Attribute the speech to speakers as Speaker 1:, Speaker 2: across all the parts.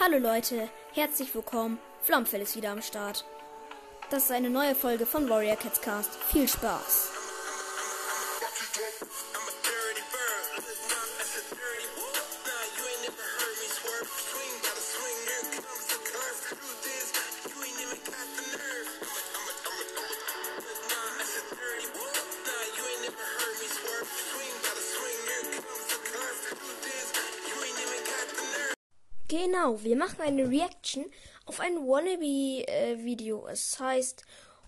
Speaker 1: Hallo Leute, herzlich willkommen. Flomfell ist wieder am Start. Das ist eine neue Folge von Warrior Cats Cast. Viel Spaß. Genau, wir machen eine Reaction auf ein Wannabe-Video. es heißt,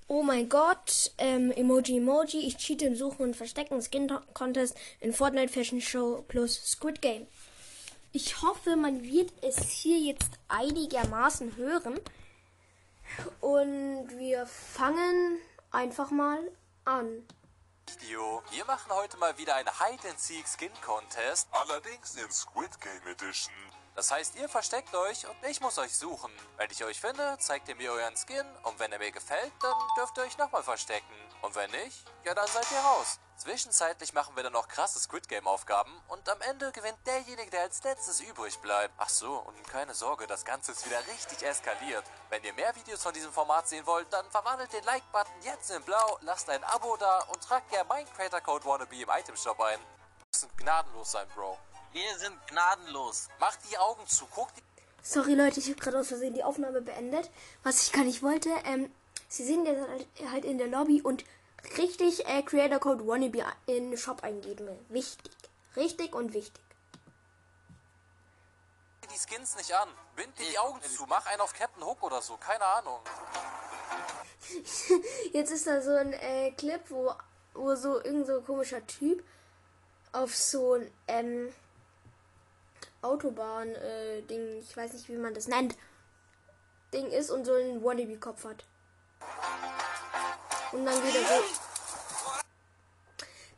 Speaker 1: oh mein Gott, ähm, Emoji Emoji, ich cheate im Suchen und Verstecken Skin Contest in Fortnite Fashion Show plus Squid Game. Ich hoffe, man wird es hier jetzt einigermaßen hören. Und wir fangen einfach mal an.
Speaker 2: Video. Wir machen heute mal wieder ein Hide-and-Seek-Skin-Contest.
Speaker 3: Allerdings in Squid Game Edition.
Speaker 2: Das heißt, ihr versteckt euch und ich muss euch suchen. Wenn ich euch finde, zeigt ihr mir euren Skin und wenn er mir gefällt, dann dürft ihr euch nochmal verstecken. Und wenn nicht, ja dann seid ihr raus. Zwischenzeitlich machen wir dann noch krasse Squid Game Aufgaben und am Ende gewinnt derjenige, der als letztes übrig bleibt. Ach so, und keine Sorge, das Ganze ist wieder richtig eskaliert. Wenn ihr mehr Videos von diesem Format sehen wollt, dann verwandelt den Like-Button jetzt in blau, lasst ein Abo da und tragt gerne meinen Creator-Code Wannabe im Item-Shop ein. Wir müssen gnadenlos sein, Bro.
Speaker 4: Wir sind gnadenlos.
Speaker 2: Macht die Augen zu, guckt die...
Speaker 1: Sorry Leute, ich habe gerade aus Versehen die Aufnahme beendet, was ich gar nicht wollte. Ähm, Sie sind jetzt halt- halt in der Lobby und richtig äh, Creator Code Wannabe in den Shop eingeben. Wichtig. Richtig und wichtig.
Speaker 2: die Skins nicht an. Bind dir die Augen zu, mach einen auf Captain Hook oder so, keine Ahnung.
Speaker 1: Jetzt ist da so ein äh, Clip, wo, wo so irgend so ein komischer Typ auf so ein ähm, Autobahn-Ding, ich weiß nicht, wie man das nennt, Ding ist und so einen Wannabe-Kopf hat. Und dann geht er so.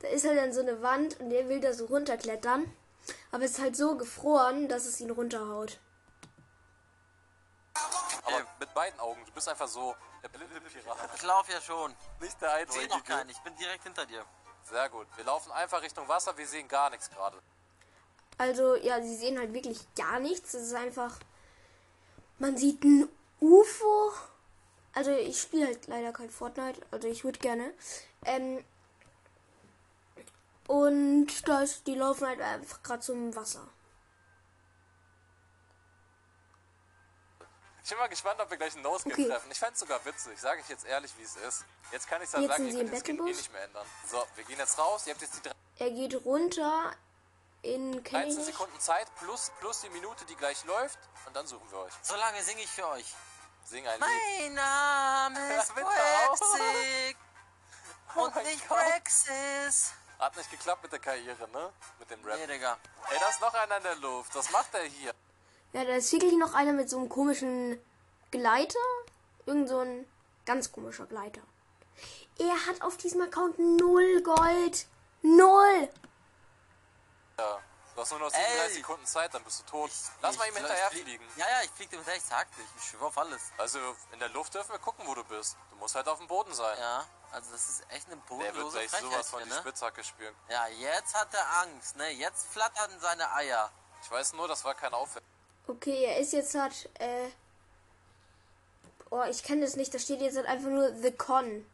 Speaker 1: Da ist halt dann so eine Wand und der will da so runterklettern. Aber es ist halt so gefroren, dass es ihn runterhaut.
Speaker 2: Aber
Speaker 4: Ähm.
Speaker 2: mit beiden Augen, du bist einfach so der blinde Pirat.
Speaker 4: Ich laufe ja schon.
Speaker 2: Nicht der
Speaker 4: Ich sehe noch
Speaker 2: einzige.
Speaker 4: keinen. Ich bin direkt hinter dir.
Speaker 2: Sehr gut. Wir laufen einfach Richtung Wasser, wir sehen gar nichts gerade.
Speaker 1: Also, ja, sie sehen halt wirklich gar nichts. Es ist einfach. Man sieht ein UFO. Also, ich spiele halt leider kein Fortnite. Also, ich würde gerne. Ähm. Und da ist, die laufen halt einfach gerade zum Wasser.
Speaker 2: Ich bin mal gespannt, ob wir gleich einen No-Skin
Speaker 1: Okay.
Speaker 2: treffen. Ich fänd's sogar witzig, sage ich jetzt ehrlich, wie es ist. Jetzt kann ich's ja
Speaker 1: Jetzt
Speaker 2: sagen,
Speaker 1: sind
Speaker 2: ich
Speaker 1: sie
Speaker 2: will
Speaker 1: im
Speaker 2: den Skin eh
Speaker 1: Battlebus?
Speaker 2: nicht mehr ändern. So, wir gehen jetzt raus. Ihr habt jetzt die drei-
Speaker 1: Er geht runter in kenn ich
Speaker 2: 13
Speaker 1: nicht.
Speaker 2: Sekunden Zeit plus, plus die Minute, die gleich läuft. Und dann suchen wir euch.
Speaker 4: So lange singe ich für euch.
Speaker 2: Sing ein Lied.
Speaker 4: Mein Name ist
Speaker 2: Bitte auf.
Speaker 4: Brexit. Und
Speaker 2: Oh mein
Speaker 4: nicht
Speaker 2: Gott.
Speaker 4: Brexis.
Speaker 2: Hat nicht geklappt mit der Karriere, ne? Mit dem Rap.
Speaker 4: Nee, Digga.
Speaker 2: Ey, da ist noch einer in der Luft. Was macht er hier?
Speaker 1: Ja, da ist wirklich noch einer mit so einem komischen Gleiter. Irgend so ein ganz komischer Gleiter. Er hat auf diesem Account null Gold. Null!
Speaker 2: Ja. Du hast nur noch 37
Speaker 4: Ey.
Speaker 2: Sekunden Zeit, dann bist du tot. Lass
Speaker 4: Ich-
Speaker 2: mal ihm
Speaker 4: ich-
Speaker 2: hinterherfliegen.
Speaker 4: Ja, ja, ich flieg dem hinterher. Ich sag dich. Ich schwör auf alles.
Speaker 2: Also, in der Luft dürfen wir gucken, wo du bist. Du musst halt auf dem Boden sein.
Speaker 4: Ja, also das ist echt
Speaker 2: Der
Speaker 4: eine
Speaker 2: wird
Speaker 4: bodenlose
Speaker 2: gleich
Speaker 4: Oh, Frechheit
Speaker 2: sowas
Speaker 4: hier,
Speaker 2: von die
Speaker 4: ne?
Speaker 2: Spitzhacke spüren.
Speaker 4: Ja, jetzt hat er Angst, ne? Jetzt flattern seine Eier.
Speaker 2: Ich weiß nur, das war kein Aufwärts.
Speaker 1: Okay, er ist jetzt halt, äh. Oh, ich kenne das nicht. Da steht jetzt halt einfach nur The Con.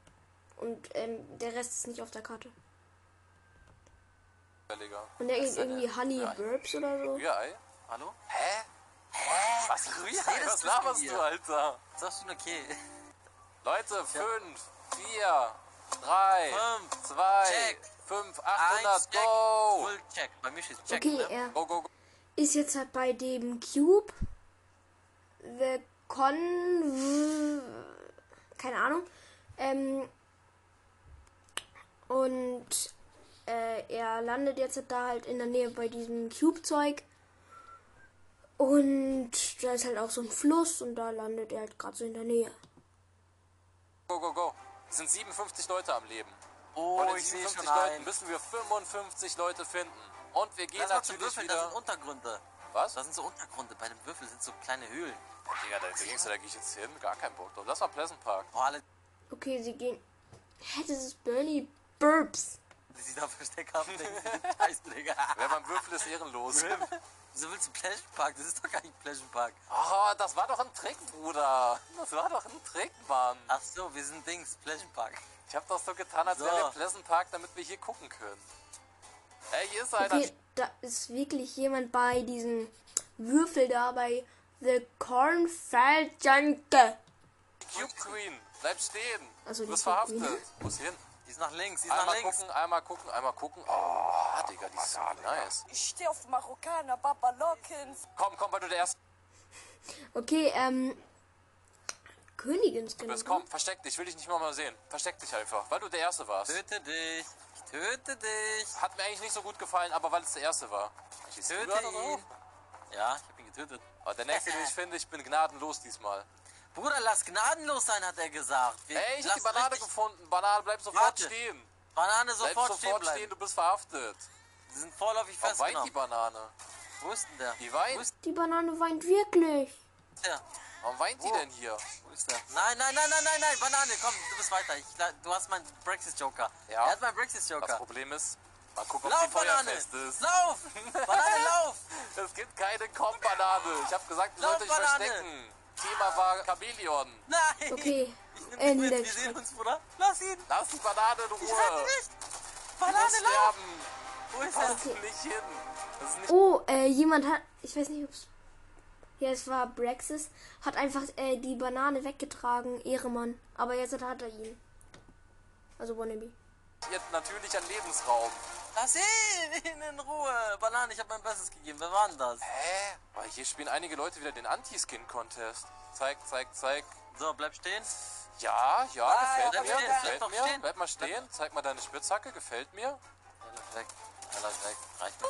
Speaker 1: Und ähm, der Rest ist nicht auf der Karte.
Speaker 2: Digga.
Speaker 1: Und der
Speaker 4: ist
Speaker 1: ist irgendwie
Speaker 4: eine-
Speaker 1: Honey
Speaker 4: ja.
Speaker 1: Burbs oder so.
Speaker 2: Rührei?
Speaker 4: Hallo?
Speaker 2: Hä? Was Rührei?
Speaker 4: redest
Speaker 2: Was
Speaker 4: du
Speaker 2: laberst
Speaker 4: hier?
Speaker 2: du, Alter?
Speaker 4: Ist das schon okay?
Speaker 2: Leute, 5, 4, 3,
Speaker 4: Fünf,
Speaker 2: 2,
Speaker 4: check,
Speaker 2: 5,
Speaker 4: Eins,
Speaker 2: 800,
Speaker 4: check,
Speaker 2: go!
Speaker 4: Full check. Bei mir steht check,
Speaker 1: Okay,
Speaker 4: ne?
Speaker 1: er
Speaker 2: Go, go, go.
Speaker 1: ist jetzt halt bei dem Cube. The Con. Keine Ahnung. Ähm. Und äh, er landet jetzt halt da halt in der Nähe bei diesem Cube-Zeug. Und da ist halt auch so ein Fluss und da landet er halt gerade so in der Nähe.
Speaker 2: Go, go, go. Es sind 57 Leute am Leben.
Speaker 4: Oh,
Speaker 2: Von den
Speaker 4: ich sehe schon
Speaker 2: 57
Speaker 4: ein.
Speaker 2: Leuten müssen wir 55 Leute finden. Und wir gehen
Speaker 4: Lass mal zum
Speaker 2: natürlich
Speaker 4: Würfeln, da sind
Speaker 2: wieder.
Speaker 4: Untergründe.
Speaker 2: Was?
Speaker 4: Da sind so Untergründe. Bei dem Würfel sind so kleine Höhlen.
Speaker 2: Digga, da gingst du, da geh ich jetzt hin. Gar kein Bock drauf. Lass mal Pleasant Park.
Speaker 4: Oh, alle,
Speaker 1: Okay, sie gehen. Hä, das ist Bernie Burps.
Speaker 4: die sich da versteckt haben, denken, Scheiße, Digga.
Speaker 2: Wer beim Würfel ist ehrenlos.
Speaker 4: Wieso willst du Pleasure Park? Das ist doch gar nicht Pleasure Park.
Speaker 2: Oh, das war doch ein Trick, Bruder. Das war doch ein Trick, Mann.
Speaker 4: Ach so, wir sind Dings, Pleasure Park.
Speaker 2: Ich habe das so getan, als
Speaker 4: So.
Speaker 2: wäre der Pleasant Park, damit wir hier gucken können. Ey, hier ist einer.
Speaker 1: Okay, da ist wirklich jemand bei diesem Würfel da bei The Cornfeld Junkie.
Speaker 2: Cube Queen, bleib stehen.
Speaker 1: Also
Speaker 2: du
Speaker 1: die
Speaker 2: bist
Speaker 1: Cube
Speaker 2: verhaftet.
Speaker 1: Queen.
Speaker 2: Wo ist sie hin?
Speaker 4: Die ist nach links, die ist nach
Speaker 2: Einmal
Speaker 4: links.
Speaker 2: gucken, einmal gucken, einmal gucken. Oh, Digga, die ist so nice.
Speaker 5: Ich stehe auf Marokkaner, Baba Lockins.
Speaker 2: Komm, komm, weil du der Erste
Speaker 1: Okay, ähm. ne? Königinskin.
Speaker 2: bist. Komm, versteck dich. Ich will dich nicht mal mal sehen. Versteck dich einfach, weil du der Erste warst.
Speaker 4: Töte dich. Ich töte dich.
Speaker 2: Hat mir eigentlich nicht so gut gefallen, aber weil es der Erste war. Schießt du
Speaker 4: Töte
Speaker 2: gerade drauf?
Speaker 4: ihn. Ja, ich hab ihn getötet.
Speaker 2: Oh, der Nächste, den ich finde, ich bin gnadenlos diesmal.
Speaker 4: Bruder, lass gnadenlos sein, hat er gesagt. Wir
Speaker 2: Ey, ich hab
Speaker 4: lassen
Speaker 2: die Banane
Speaker 4: richtig-
Speaker 2: gefunden. Banane, bleib sofort
Speaker 4: Warte.
Speaker 2: stehen.
Speaker 4: Banane
Speaker 2: Bleib
Speaker 4: sofort, stehen
Speaker 2: sofort
Speaker 4: bleiben.
Speaker 2: stehen, du bist verhaftet.
Speaker 4: Die sind vorläufig
Speaker 2: Warum weint die
Speaker 4: festgenommen.
Speaker 2: Banane?
Speaker 4: Wo ist denn der?
Speaker 2: Die weint.
Speaker 4: Wo ist
Speaker 1: Die Banane weint wirklich.
Speaker 4: der?
Speaker 2: Warum weint die
Speaker 4: Wo?
Speaker 2: denn hier?
Speaker 4: Wo ist der? Nein, nein, nein, nein, nein, nein, Banane, komm, du bist weiter. Ich, la- du hast meinen Brexit-Joker.
Speaker 2: Ja.
Speaker 4: Er hat
Speaker 2: Das
Speaker 4: meinen Brexit-Joker.
Speaker 2: Problem ist, mal gucken, ob
Speaker 4: Lauf,
Speaker 2: die
Speaker 4: Banane!
Speaker 2: feuerfest ist.
Speaker 4: Lauf! Banane, lauf!
Speaker 2: Es gibt keine Komm-Banane. Ich hab gesagt, ihr
Speaker 4: Lauf,
Speaker 2: sollt euch
Speaker 4: Banane!
Speaker 2: verstecken. Thema war Chamäleon.
Speaker 4: Nein!
Speaker 1: Okay,
Speaker 4: Ich nehm dich
Speaker 1: Ende
Speaker 4: mit.
Speaker 1: der
Speaker 4: Wir sehen
Speaker 1: Geschichte.
Speaker 4: uns, Bruder. Lass ihn!
Speaker 2: Lass die Banane in
Speaker 4: Ich rette
Speaker 2: Ruhe.
Speaker 4: nicht!
Speaker 2: Du musst
Speaker 4: Banane, lauf!
Speaker 2: sterben.
Speaker 4: Wo ist er?
Speaker 2: Pass nicht hin. Das ist nicht
Speaker 1: Oh, äh, jemand hat. Ich weiß nicht, ob's. Ja, es war Braxis. Hat einfach äh, die Banane weggetragen. Ehremann. Aber jetzt hat er ihn. Also Wannabe.
Speaker 2: jetzt natürlich ein Lebensraum.
Speaker 4: Lass ihn in Ruhe! Banane, ich habe mein Bestes gegeben. Wer war denn das?
Speaker 2: Hä? Weil hier spielen einige Leute wieder den Anti-Skin-Contest. Zeig, zeig, zeig.
Speaker 4: So, bleib stehen.
Speaker 2: Ja, ja,
Speaker 5: Ah, ja,
Speaker 2: gefällt
Speaker 5: bleib
Speaker 2: mir,
Speaker 5: stehen,
Speaker 2: gefällt
Speaker 4: bleib doch
Speaker 2: mir.
Speaker 4: stehen.
Speaker 2: Bleib mal stehen, zeig mal deine Spitzhacke, gefällt mir.
Speaker 4: Er läuft weg. Er läuft weg. Reicht doch.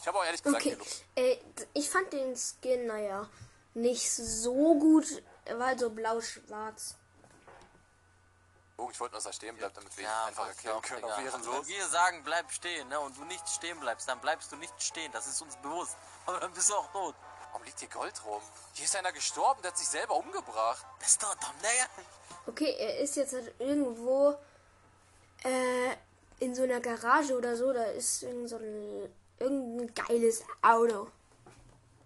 Speaker 2: Ich habe auch ehrlich gesagt
Speaker 1: Okay,
Speaker 2: genug.
Speaker 1: äh, d- ich fand den Skin, naja, nicht so gut. Er war halt so blau-schwarz.
Speaker 2: Oh, ich wollte, nur, dass er stehen bleibt, damit wir ihn
Speaker 4: Ja,
Speaker 2: einfacher killen können. Auf
Speaker 4: Wenn
Speaker 2: ehrenlos.
Speaker 4: wir sagen, bleib stehen, ne, und du nicht stehen bleibst, dann bleibst du nicht stehen. Das ist uns bewusst. Aber dann bist du auch tot.
Speaker 2: Warum liegt hier Gold rum? Hier ist einer gestorben, der hat sich selber umgebracht.
Speaker 4: Bist du dumm, ne?
Speaker 1: Okay, er ist jetzt halt irgendwo äh, in so einer Garage oder so. Da ist irgend so ein, irgendein geiles Auto.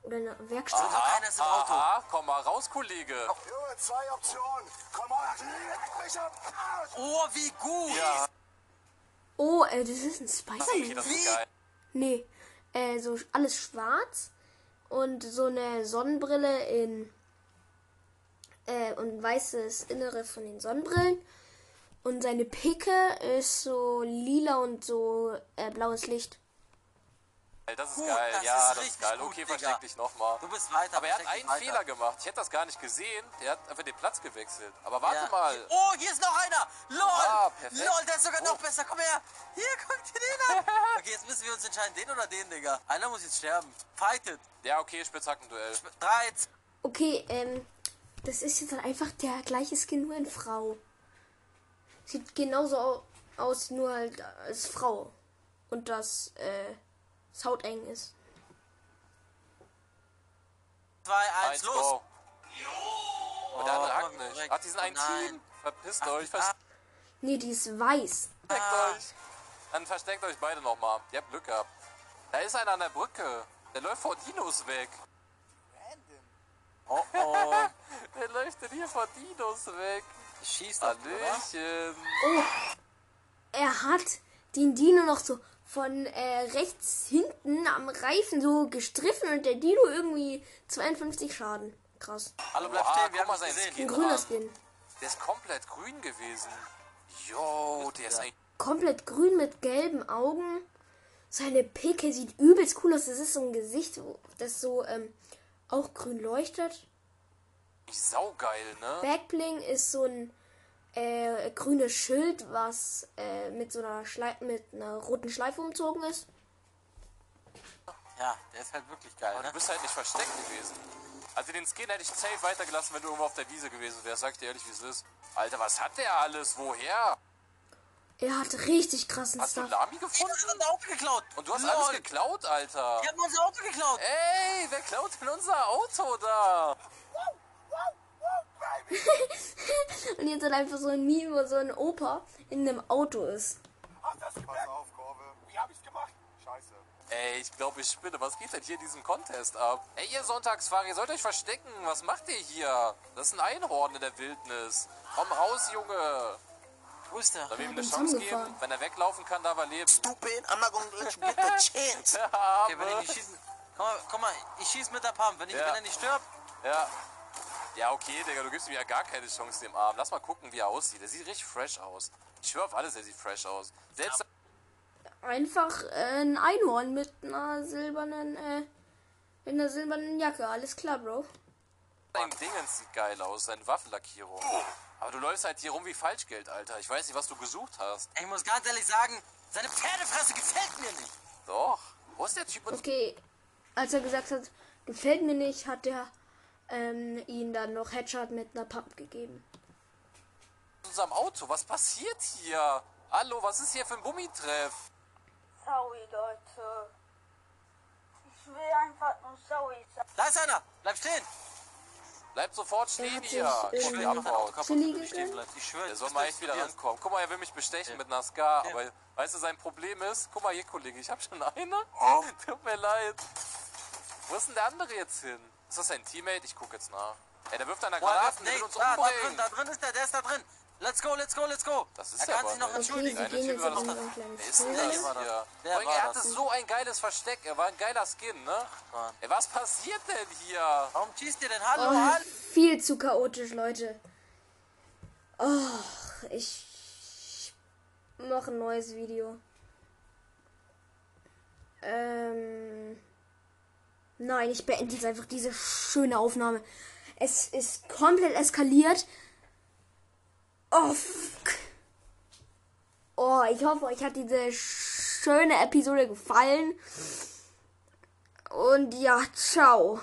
Speaker 1: Oder eine
Speaker 2: Ah,
Speaker 1: Werkstatt.
Speaker 4: Aha, einer ist im Auto. Oh,
Speaker 2: aha, komm mal raus, Kollege.
Speaker 3: Junge, zwei Optionen. Komm mal, leck mich am Arsch.
Speaker 4: Oh, wie gut!
Speaker 2: Ja,
Speaker 1: Oh, äh, das ist ein
Speaker 2: okay,
Speaker 1: Spider-Man.
Speaker 2: das ist geil.
Speaker 1: Nee, äh, so alles schwarz und so eine Sonnenbrille in äh, und weißes Innere von den Sonnenbrillen. Und seine Picke ist so lila und so äh, blaues Licht.
Speaker 2: Das ist
Speaker 4: Gut,
Speaker 2: geil,
Speaker 4: das
Speaker 2: ja,
Speaker 4: ist
Speaker 2: das ist
Speaker 4: richtig
Speaker 2: geil.
Speaker 4: gut,
Speaker 2: Okay,
Speaker 4: Digga.
Speaker 2: versteck dich nochmal.
Speaker 4: Du bist weiter.
Speaker 2: Aber er hat
Speaker 4: versteck dich
Speaker 2: einen
Speaker 4: weiter.
Speaker 2: Fehler gemacht. Ich hätte das gar nicht gesehen. Er hat einfach den Platz gewechselt. Aber warte
Speaker 4: Ja.
Speaker 2: mal.
Speaker 4: Oh, hier ist noch einer! LOL!
Speaker 2: Ah, perfekt.
Speaker 4: LOL, der ist sogar
Speaker 2: Oh.
Speaker 4: noch besser. Komm her! Hier, guck dir den an! Okay, jetzt müssen wir uns entscheiden, den oder den, Digga. Einer muss jetzt sterben. Fightet!
Speaker 2: Ja, okay, Spitzhackenduell.
Speaker 4: Drei, zwei,
Speaker 1: Okay, ähm, das ist jetzt halt einfach der gleiche Skin, nur in Frau. Sieht genauso au- aus, nur halt als Frau. Und das, äh, das Haut eng ist.
Speaker 4: zwei eins,
Speaker 2: Eins,
Speaker 4: los!
Speaker 2: go. Und der andere
Speaker 4: Oh,
Speaker 2: hackt nicht.
Speaker 4: korrekt.
Speaker 2: Ach, die sind ein
Speaker 4: Oh nein.
Speaker 2: Team. Verpisst
Speaker 4: Ach,
Speaker 2: euch.
Speaker 4: die- ah.
Speaker 2: Versteckt
Speaker 1: Nee, die ist weiß.
Speaker 4: Ah.
Speaker 2: euch. Dann versteckt euch beide nochmal. Ihr habt Glück gehabt. Da ist einer an der Brücke. Der läuft vor Dinos weg.
Speaker 4: Oh oh,
Speaker 2: Der läuft denn hier vor Dinos weg.
Speaker 4: schießt an, oder?
Speaker 2: Hallöchen.
Speaker 1: er hat den Dino noch so von äh, rechts hinten am Reifen so gestriffen und der Dino irgendwie 52 Schaden. Krass.
Speaker 4: Alle bleiben
Speaker 2: Oha,
Speaker 4: stehen, wir
Speaker 2: guck mal
Speaker 4: haben es
Speaker 2: seinen
Speaker 4: gesehen.
Speaker 1: Ein
Speaker 2: Skin.
Speaker 1: grüner Skin.
Speaker 2: Der ist komplett grün gewesen. Yo, der ist ein
Speaker 1: Komplett grün mit gelben Augen. Seine Picke sieht übelst cool aus. Das ist so ein Gesicht, wo- das so ähm, auch grün leuchtet.
Speaker 2: saugeil, ne?
Speaker 1: Backbling ist so ein äh, grünes Schild, was äh, mit so einer Schlei mit einer roten Schleife umzogen ist.
Speaker 4: Ja, der ist halt wirklich geil,
Speaker 2: Aber du
Speaker 4: ne?
Speaker 2: bist halt nicht versteckt gewesen. Also den Skin hätte ich safe weitergelassen, wenn du irgendwo auf der Wiese gewesen wärst. Sag ich dir ehrlich, wie es ist. Alter, was hat der alles? Woher?
Speaker 1: Er hat richtig krassen
Speaker 2: Hast du
Speaker 1: Stuff.
Speaker 2: Lami
Speaker 4: Die
Speaker 2: gefunden?
Speaker 4: haben unser Auto geklaut!
Speaker 2: Und du hast
Speaker 4: LOL.
Speaker 2: alles geklaut, Alter.
Speaker 4: Die haben unser Auto geklaut!
Speaker 2: Ey, wer klaut denn unser Auto da?
Speaker 1: Und jetzt halt einfach so ein Meme oder so ein Opa in einem Auto ist.
Speaker 6: Pass auf, Korbe. Wie hab ich's gemacht? Scheiße.
Speaker 2: Ey, ich glaube, ich spinne. Was geht denn hier in diesem Contest ab? Ey, ihr Sonntagsfahrer, ihr sollt euch verstecken. Was macht ihr hier? Das ist ein Einhorn in der Wildnis. Komm raus, Junge.
Speaker 4: Wo ist der?
Speaker 2: Sollen wir ihm eine
Speaker 1: bin
Speaker 2: Chance
Speaker 1: zusammengefahren.
Speaker 2: geben? Wenn er weglaufen kann, darf er leben.
Speaker 6: Stupid, I'm not gonna let you get the chance.
Speaker 4: Okay, wenn ich nicht schießen. Komm mal, komm mal ich schieß mit der Pump. Wenn, ich,
Speaker 2: Ja.
Speaker 4: wenn er nicht stirbt,
Speaker 2: Ja. Ja, okay, Digga, du gibst mir ja gar keine Chance dem Arm. Lass mal gucken, wie er aussieht. Der sieht richtig fresh aus. Ich schwör auf alles, der sieht fresh aus. Selbst
Speaker 1: Einfach äh, ein Einhorn mit einer silbernen, äh, mit einer silbernen Jacke. Alles klar, Bro.
Speaker 2: Dein Dingens sieht geil aus, seine Waffenlackierung. Aber du läufst halt hier rum wie Falschgeld, Alter. Ich weiß nicht, was du gesucht hast.
Speaker 4: ich muss ganz ehrlich sagen, seine Pferdefresse gefällt mir nicht.
Speaker 2: Doch. Wo ist der Typ mit
Speaker 1: Okay, als er gesagt hat, gefällt mir nicht, hat er ähm, ihn dann noch Headshot mit einer Pump gegeben.
Speaker 2: unserem Auto? Was passiert hier? Hallo, was ist hier für ein Bummitreff?
Speaker 7: Sorry, Leute. Ich will einfach nur sorry sagen.
Speaker 4: Da ist einer. Bleib stehen.
Speaker 2: Bleib sofort stehen
Speaker 1: hat
Speaker 2: hier.
Speaker 1: sich,
Speaker 2: Ich will
Speaker 1: ähm,
Speaker 2: abhauen.
Speaker 1: Chili
Speaker 4: wenn du stehen
Speaker 1: gegönnt?
Speaker 4: bleibst. Ich schwöre,
Speaker 2: Der
Speaker 4: das
Speaker 2: soll
Speaker 4: ist
Speaker 2: mal
Speaker 4: das
Speaker 2: echt wieder
Speaker 4: Bier.
Speaker 2: rankommen. Guck mal, er will mich bestechen mit einer Scar. Aber weißt du, sein Problem ist, guck mal hier, Kollege, ich hab schon eine.
Speaker 4: Oh.
Speaker 2: Tut mir leid. Wo ist denn der andere jetzt hin? Ist das sein Teammate? Ich guck jetzt nach. Ey, der wirft einer
Speaker 4: Boah, da,
Speaker 2: Granaten,
Speaker 4: nee,
Speaker 2: der will uns
Speaker 4: da, da drin,
Speaker 2: umbringen.
Speaker 4: da drin ist der, der ist da drin. Let's go, let's go, let's go.
Speaker 2: Das ist
Speaker 4: er
Speaker 2: der
Speaker 4: kann
Speaker 2: aber
Speaker 4: sich noch
Speaker 2: nicht.
Speaker 1: Okay, sie gehen
Speaker 2: Typ
Speaker 4: entschuldigen.
Speaker 1: jetzt
Speaker 2: war
Speaker 1: in so ein
Speaker 2: das
Speaker 1: kleines
Speaker 2: Wer ist denn
Speaker 1: Tunnel.
Speaker 2: das
Speaker 4: Wer war das?
Speaker 2: hier?
Speaker 4: Wer
Speaker 2: Vor allem,
Speaker 4: war
Speaker 2: er hatte
Speaker 4: das?
Speaker 2: so ein geiles Versteck. Er war ein geiler Skin, ne?
Speaker 4: Mann.
Speaker 2: Ey, was passiert denn hier?
Speaker 4: Warum schießt ihr denn? Hallo,
Speaker 1: Oh,
Speaker 4: hallo.
Speaker 1: viel zu chaotisch, Leute. Och, ich mach ein neues Video. Ähm, nein, ich beende jetzt einfach diese schöne Aufnahme. Es ist komplett eskaliert. Oh, fuck. oh ich hoffe, euch hat diese schöne Episode gefallen. Und ja, ciao.